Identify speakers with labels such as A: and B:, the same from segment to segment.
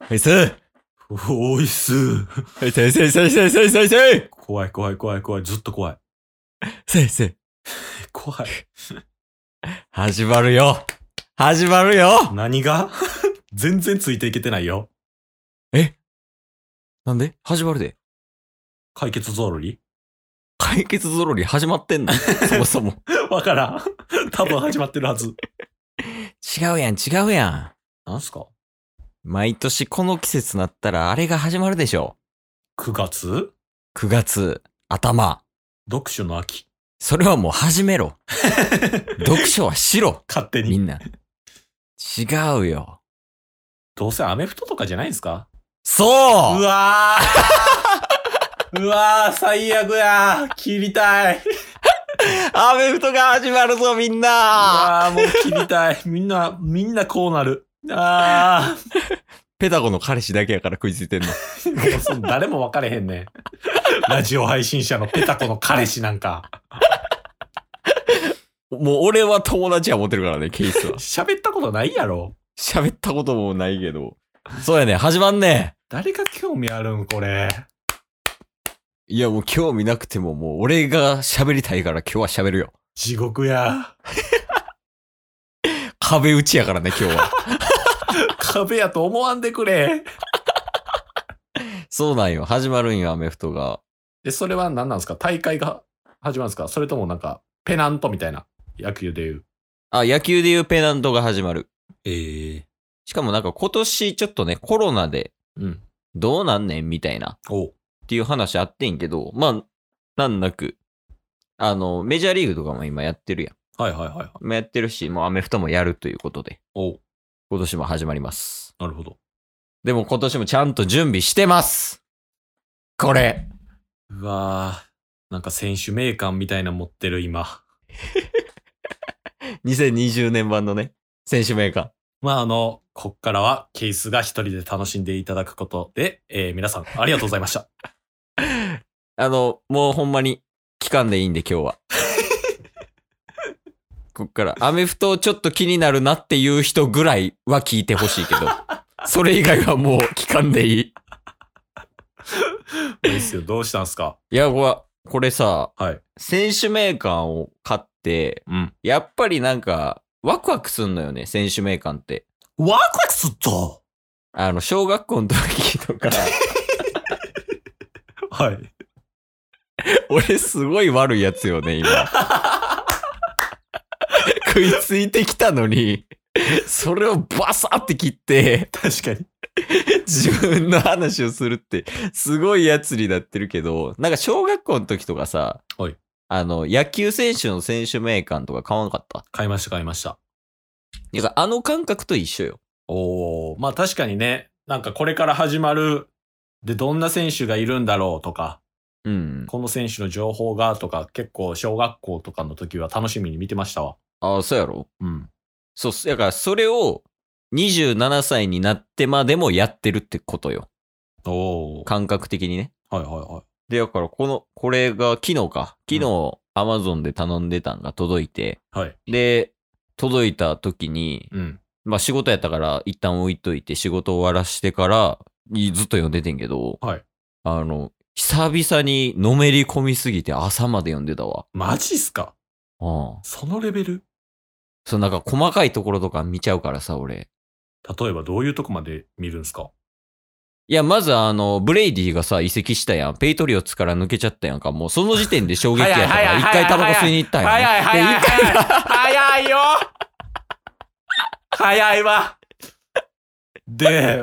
A: はいっすはい
B: おーいっす。
A: っすはいっすはいっすはいっすはいっすはいっすはいっ
B: 怖い怖い怖い怖い。ずっと怖い。
A: すはいっす
B: 怖い。
A: 始まるよ始まるよ
B: 何が 全然ついていけてないよ。
A: なんで始まるで。
B: 解決ぞろり
A: 解決ぞろり始ま ってんのそもそも。
B: わからん。多分始まってるはず。
A: 違うやん、違うや
B: なんすか
A: ん。毎年この季節なったらあれが始まるでしょ。
B: ?9 月
A: 9月、頭。
B: 読書の秋。
A: それはもう始め ろ。読書はしろ。
B: 勝手
A: み
B: に。
A: んな。違うよ。
B: どうせアメフトとかじゃないんすか
A: そう
B: うわー うわー最悪や切りたい
A: アメフトが始まるぞ、みんな
B: ああ、もう切りたい。みんな、みんなこうなる。あ
A: ペタゴの彼氏だけやから食いついてんの。
B: あ、もうそ誰も分かれへんねん。ラジオ配信者のペタコの彼氏なんか。。
A: もう俺は友達は持ってるからね、ケース は
B: 喋ったことないやろ。
A: 喋ったこともないけど。そうやね、始まんね。
B: 誰が興味あるんこれ。
A: いや、もう興味なくてももう俺が喋りたいから今日は喋るよ。
B: 地獄や。
A: 壁打ちやからね、今日は。
B: 壁やと思わんでくれ。
A: そうなんよ。始まるんよ、アメフトが。
B: で、それは何なんですか大会が始まるんですかそれともなんか、ペナントみたいな。野球でいう。
A: あ、野球でいうペナントが始まる。
B: ええ
A: しかもなんか今年ちょっとね、コロナで
B: うん。
A: どうなんねんみたいな
B: おう
A: っていう話あってんけど、まあ、なんなく、あの、メジャーリーグとかも今やってるやん。
B: はいはいはいはい。
A: 今やってるし、もうアメフトもやるということで、
B: おう
A: 今年も始まります。
B: なるほど。
A: でも今年もちゃんと準備してますこれ
B: うわーなんか選手名鑑みたいなの持ってる今。
A: !2020 年版のね、選手名鑑。
B: まあ、あの、こっからはケースが一人で楽しんでいただくことで、えー皆さんありがとうございま した。
A: あの、もうほんまに、期間でいいんで今日は。 こっから、アメフトちょっと気になるなっていう人ぐらいは聞いてほしいけ ど、それ以外はもう期間でいい。
B: いいっすよ。どうしたんすか
A: いや、これこれさ、
B: はい。
A: 選手名鑑を買って、
B: うん。
A: やっぱりなんか、ワクワクすんのよね、選手名鑑って。
B: ワクワクすっと
A: あの、小学校の時とか、
B: はい。
A: 俺すごい悪いやつよね、 今。食いついてきたのに、それをバサって切って、
B: 確かに。
A: 自分の話をするって、すごいやつになってるけど、なんか小学校の時とかさ、
B: はい
A: あの、野球選手の選手名鑑とか買わんかった。
B: 買いました買いました。
A: いや、あの感覚と一緒よ。
B: おー、まあ確かにね、なんかこれから始まる、で、どんな選手がいるんだろうとか、
A: うん。
B: この選手の情報がとか、結構小学校とかの時は楽しみに見てましたわ。
A: ああ、そうやろ
B: うん。
A: そうっす。だからそれを27歳になってまでもやってるってことよ。
B: おー。
A: 感覚的にね。
B: はいはいはい。
A: で、だから、この、これが昨日か。昨
B: う
A: 日、アマゾンで頼んでたんが届いて、
B: はい。
A: で、届いた時に、
B: うん。
A: まあ仕事やったから、一旦置いといて、仕事終わらしてから、いずっと読んでてんけど、
B: はい
A: あの、久々にのめり込みすぎて朝まで読んでたわ。
B: マジっすか
A: うん。
B: そのレベル
A: そう、なんか細かいところとか見ちゃうからさ、俺。
B: 例えばどういうとこまで見るんですか
A: いや、まずあの、ブレイディがさ、移籍したやん。ペイトリオッツから抜けちゃったやんか。もうその時点で衝撃やったか
B: 早
A: ら、
B: い
A: 一
B: 早い早い
A: 回タバコ吸いに行ったんやん、ね。
B: 早い早い
A: で一回
B: 早い早いよ早いわで、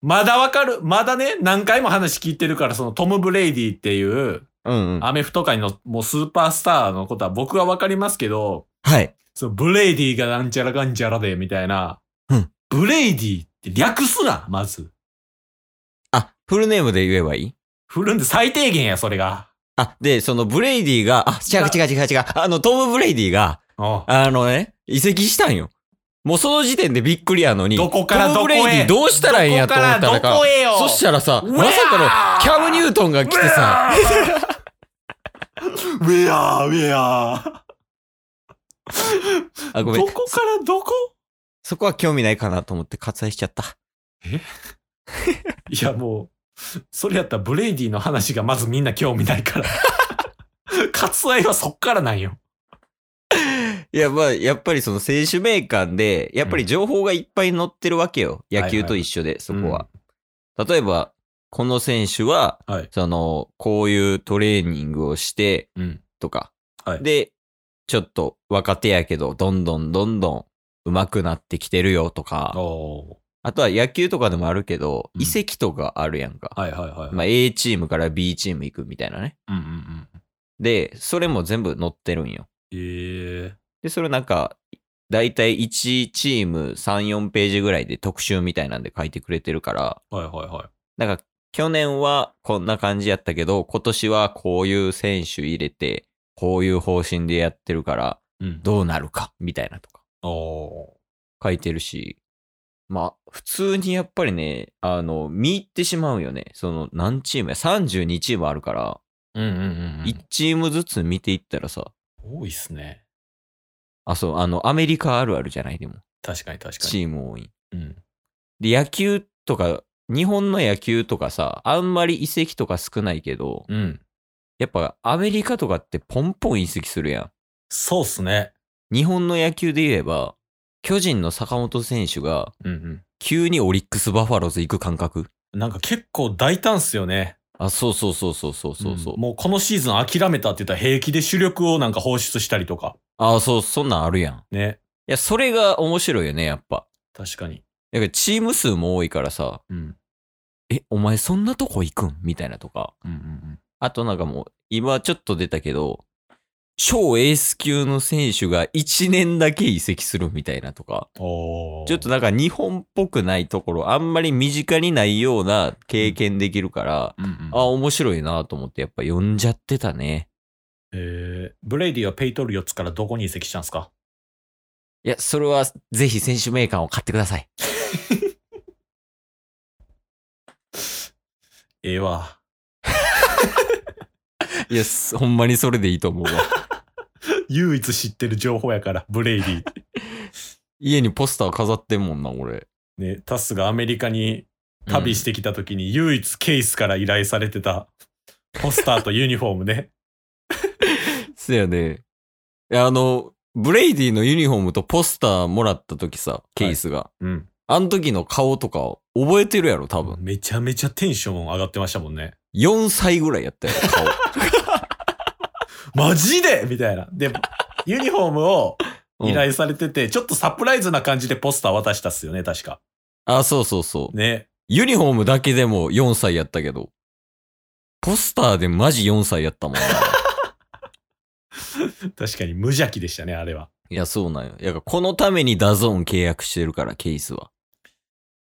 B: まだわかる。まだね、何回も話聞いてるから、そのトム・ブレイディっていう、
A: うんうん。
B: アメフト界のもうスーパースターのことは僕はわかりますけど、
A: はい。
B: そのブレイディがなんちゃらかんちゃらで、みたいな。
A: うん
B: ブレイディって略すな、まず。
A: あ、フルネームで言えばいい
B: 振るんで最低限や、それが。
A: あ、で、そのブレイディが、あ、違う違う違う違う。あの、トム・ブレイディが、
B: おう
A: あのね、移籍したんよ。もうその時点でびっくりやのに。
B: どこからどこ
A: ト
B: へ
A: ム・ブレイディどうしたらいいんやと思ったら
B: どこからどこへよ
A: そしたらさ、
B: うわー
A: まさかのキャム・ニュートンが来てさ、
B: ウ ェアウェア
A: あ、ごめん
B: ど。こからどこ
A: そこは興味ないかなと思って割愛しちゃった。
B: えいやもう、それやったらブレイディの話がまずみんな興味ない から。割愛はそっからなんよ。
A: いや、まあ、やっぱりその選手名鑑で、やっぱり情報がいっぱい載ってるわけよ。野球と一緒で、そこは。例えば、この選手は、
B: はい
A: その、こういうトレーニングをして、
B: うん。
A: とか。
B: はい
A: で、ちょっと若手やけど、どんどんどんどん上手くなってきてるよと
B: お
A: か。
B: お
A: あとは野球とかでもあるけど、
B: うん
A: 移籍とかあるやんか。
B: ー。はいはいはい。
A: まあ、A チームから B チーム行くみたいなね。
B: うんうんうん。
A: で、それも全部載ってるんよ。
B: えー、
A: で、それなんか、だいたい1チーム3、4ページぐらいで特集みたいなんで書いてくれてるから、
B: はいはいはい。
A: なんか、去年はこんな感じやったけど、今年はこういう選手入れて、こういう方針でやってるから、
B: うん。
A: どうなるか、みたいなとか
B: おお
A: 書いてるし、まあ、普通にやっぱりね、あの、見入ってしまうよね。その、何チームや、32チームあるから、
B: ー。うんうんうん
A: 1チームずつ見ていったらさ、
B: うん。多いっすね。
A: あ、そう、あの、アメリカあるあるじゃない、でも、
B: 確かに確か
A: チ
B: に。
A: ーム多い。
B: うん。
A: で、野球とか、日本の野球とかさ、あんまり移籍とか少ないけど、
B: うん。
A: やっぱアメリカとかってポンポン移籍するや
B: そうっすね。
A: ん。日本の野球で言えば、巨人の坂本選手が
B: うん
A: 急にオリックス・バファローズ行く感覚
B: うん。なんか結構大胆っすよね。
A: あ、そうそうそうそうそうそうそう。
B: んもうこのシーズン諦めたって言ったら平気で主力をなんか放出したりとか。
A: あ、そう、そんなんあるやん。い
B: ね。
A: や、それが面白いよね、やっぱ。
B: 確かに。
A: だからチーム数も多いからさ、
B: うん。
A: え、お前そんなとこ行くんみたいなとか。
B: うんうんうん。
A: あとなんかもう、今ちょっと出たけど、超エース級の選手が1年だけ移籍するみたいなとか、
B: おお。
A: ちょっとなんか日本っぽくないところ、あんまり身近にないような経験できるから、
B: うんうん、
A: あ、面白いなと思ってやっぱ呼んじゃってたね。
B: えー、ブレイディはペイトリオッツからどこに移籍したんですか
A: いや、それはぜひ選手名鑑を買ってください。
B: ええわ。
A: いや、すほんまにそれでいいと思うわ。
B: 唯一知ってる情報やから、ブレイディ。
A: 家にポスター飾ってんもんな、俺。
B: ね、タスがアメリカに旅してきた時に唯一ケースから依頼されてたポスターとユニフォームね。
A: せやね。いやあの、ブレイディのユニフォームとポスターもらった時さ、ケースが。
B: うん。
A: あの時の顔とか覚えてるやろ、多分。
B: めちゃめちゃテンション上がってましたもんね。
A: 4歳ぐらいやったよ、 顔。
B: マジでみたいな。で、ユニフォームを依
A: うん
B: 頼されてて、ちょっとサプライズな感じでポスター渡したっすよね、確か。
A: あ、そうそうそう。
B: ね。
A: ユニフォームだけでも4歳やったけど、ポスターでマジ4歳やったもんな。
B: 確かに無邪気でしたね、あれは。
A: いや、そうなんよ。やっぱこのためにダゾーン契約してるから、ケースは。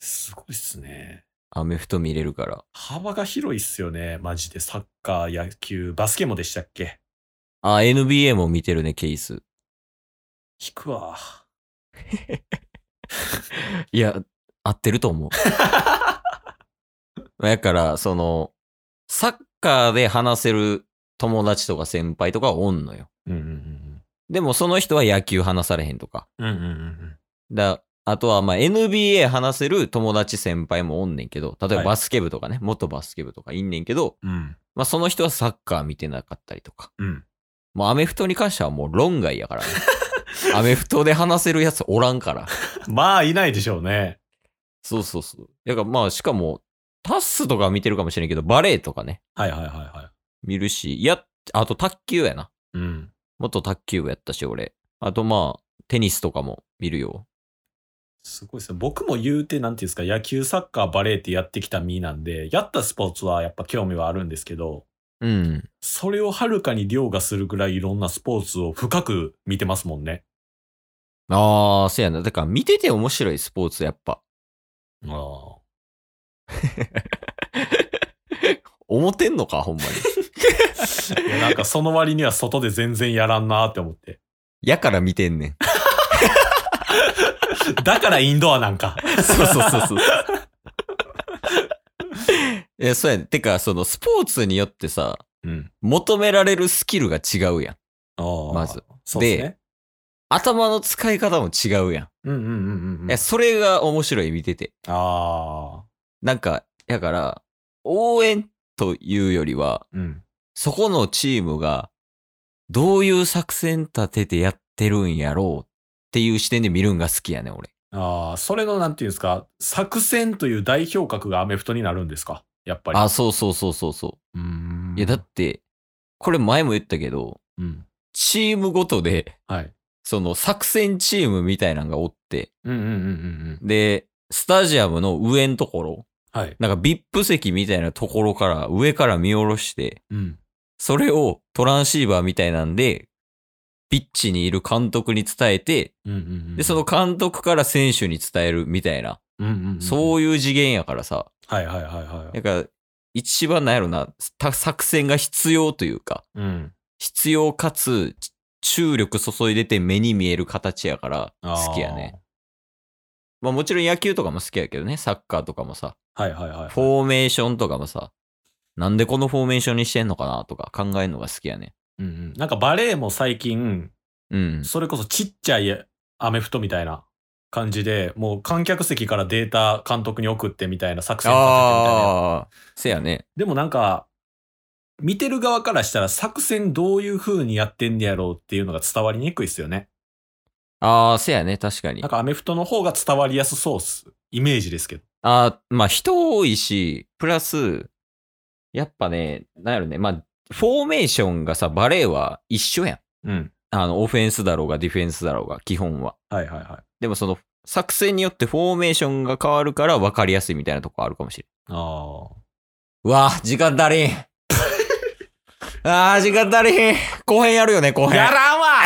B: すごいっすね。
A: アメフト見れるから。
B: 幅が広いっすよね、マジで。サッカー、野球、バスケもでしたっけ
A: あ、NBA も見てるね、ケース。
B: 引くわ。
A: いや、合ってると思う。だから、その、サッカーで話せる友達とか先輩とかはおんのよ。
B: うんうん
A: でもその人は野球話されへんとか。
B: うんうん。うんうんうん
A: だあとは、まあ、NBA 話せる友達先輩もおんねんけど、例えば
B: はい
A: バスケ部とかね、元バスケ部とかいんねんけど、
B: うん。うん。
A: まあ、その人はサッカー見てなかったりとか。
B: うん。
A: もうアメフトに関してはもう論外や からね。アメフトで話せるやつおらんから。
B: まあ、いないでしょうね。
A: そうそうそう。だからまあ、しかも、タッスとか見てるかもしれんけど、バレーとかね、
B: はいはいはいは
A: 見るし、やっ、あと卓球やな。
B: い。うん。
A: 元卓球部やったし、俺。あとまあ、テニスとかも見るよ。
B: すごいですね。僕も言うて、なんていうんですか、野球、サッカー、バレーってやってきた身なんで、やったスポーツはやっぱ興味はあるんですけど、
A: うん。
B: それをはるかに凌駕するぐらいいろんなスポーツを深く見てますもんね。
A: ああ、そうやな。だから見てて面白いスポーツ、やっぱ。
B: ああ。
A: 思ってんのか、ほんまに。
B: いやなんかその割には外で全然やらんなーって思って。
A: やから見てんねん。
B: だからインドアなんか。
A: そうそうそう そう。いや、そうやね。てか、そのスポーツによってさ、
B: うん。
A: 求められるスキルが違うやん。
B: ああ。
A: まず。
B: そうですね。
A: 頭の使い方も違うやん。
B: うんうんうんうんうん。
A: いや、それが面白い、見てて。
B: ああ。
A: なんか、だから、応援というよりは、
B: うん。
A: そこのチームが、どういう作戦立ててやってるんやろうっていう視点で見るんが好きやね、俺。
B: ああ、それのなんていうんですか、作戦という代表格がアメフトになるんですかやっぱり。
A: あ、そうそうそうそうそう
B: ーん
A: う。いや、だって、これ前も言ったけど、
B: うん。
A: チームごとで、
B: はい。
A: その作戦チームみたいなのがおって、
B: うんうんうんうんうん。
A: で、スタジアムの上のところ、
B: はい。
A: なんか VIP 席みたいなところから、上から見下ろして、
B: うん。
A: それをトランシーバーみたいなんで、ピッチにいる監督に伝えて、
B: うんうんうん。
A: で、その、監督から選手に伝えるみたいな、
B: うんうんうん。
A: そういう次元やからさ、
B: はいはいはいはい。
A: なんか、一番なんやろな、た作戦が必要というか、
B: うん。
A: 必要かつ、ち注力注いでて目に見える形やから、好きやね。まあもちろん野球とかも好きやけどね、サッカーとかもさ、
B: あー。はいはいはい。
A: フォーメーションとかもさ、なんでこのフォーメーションにしてんのかなとか考えるのが好きやね。
B: うんうん。なんかバレーも最近、
A: うん。
B: それこそちっちゃいアメフトみたいな感じで、もう観客席からデータ監督に送ってみたいな作戦立ててみたいな。
A: ああ、せやね。
B: でもなんか、見てる側からしたら作戦どういう風にやってんねやろうっていうのが伝わりにくいっすよね。
A: ああ、せやね、確かに
B: なん。かアメフトの方が伝わりやすそうっす。イメージですけど。
A: あーまあ人多いし、プラス、やっぱね、なんやろね、まあ、フォーメーションがさ、バレーは一緒やん。
B: うん。
A: あの、オフェンスだろうが、ディフェンスだろうが、基本は。
B: はいはいはい。
A: でもその、作戦によってフォーメーションが変わるから分かりやすいみたいなとこあるかもしれ
B: あ
A: ん。うわあ、時間足 りん。ああ、時間足りん。後編やるよね、後
B: あ。
A: 編。
B: らんわ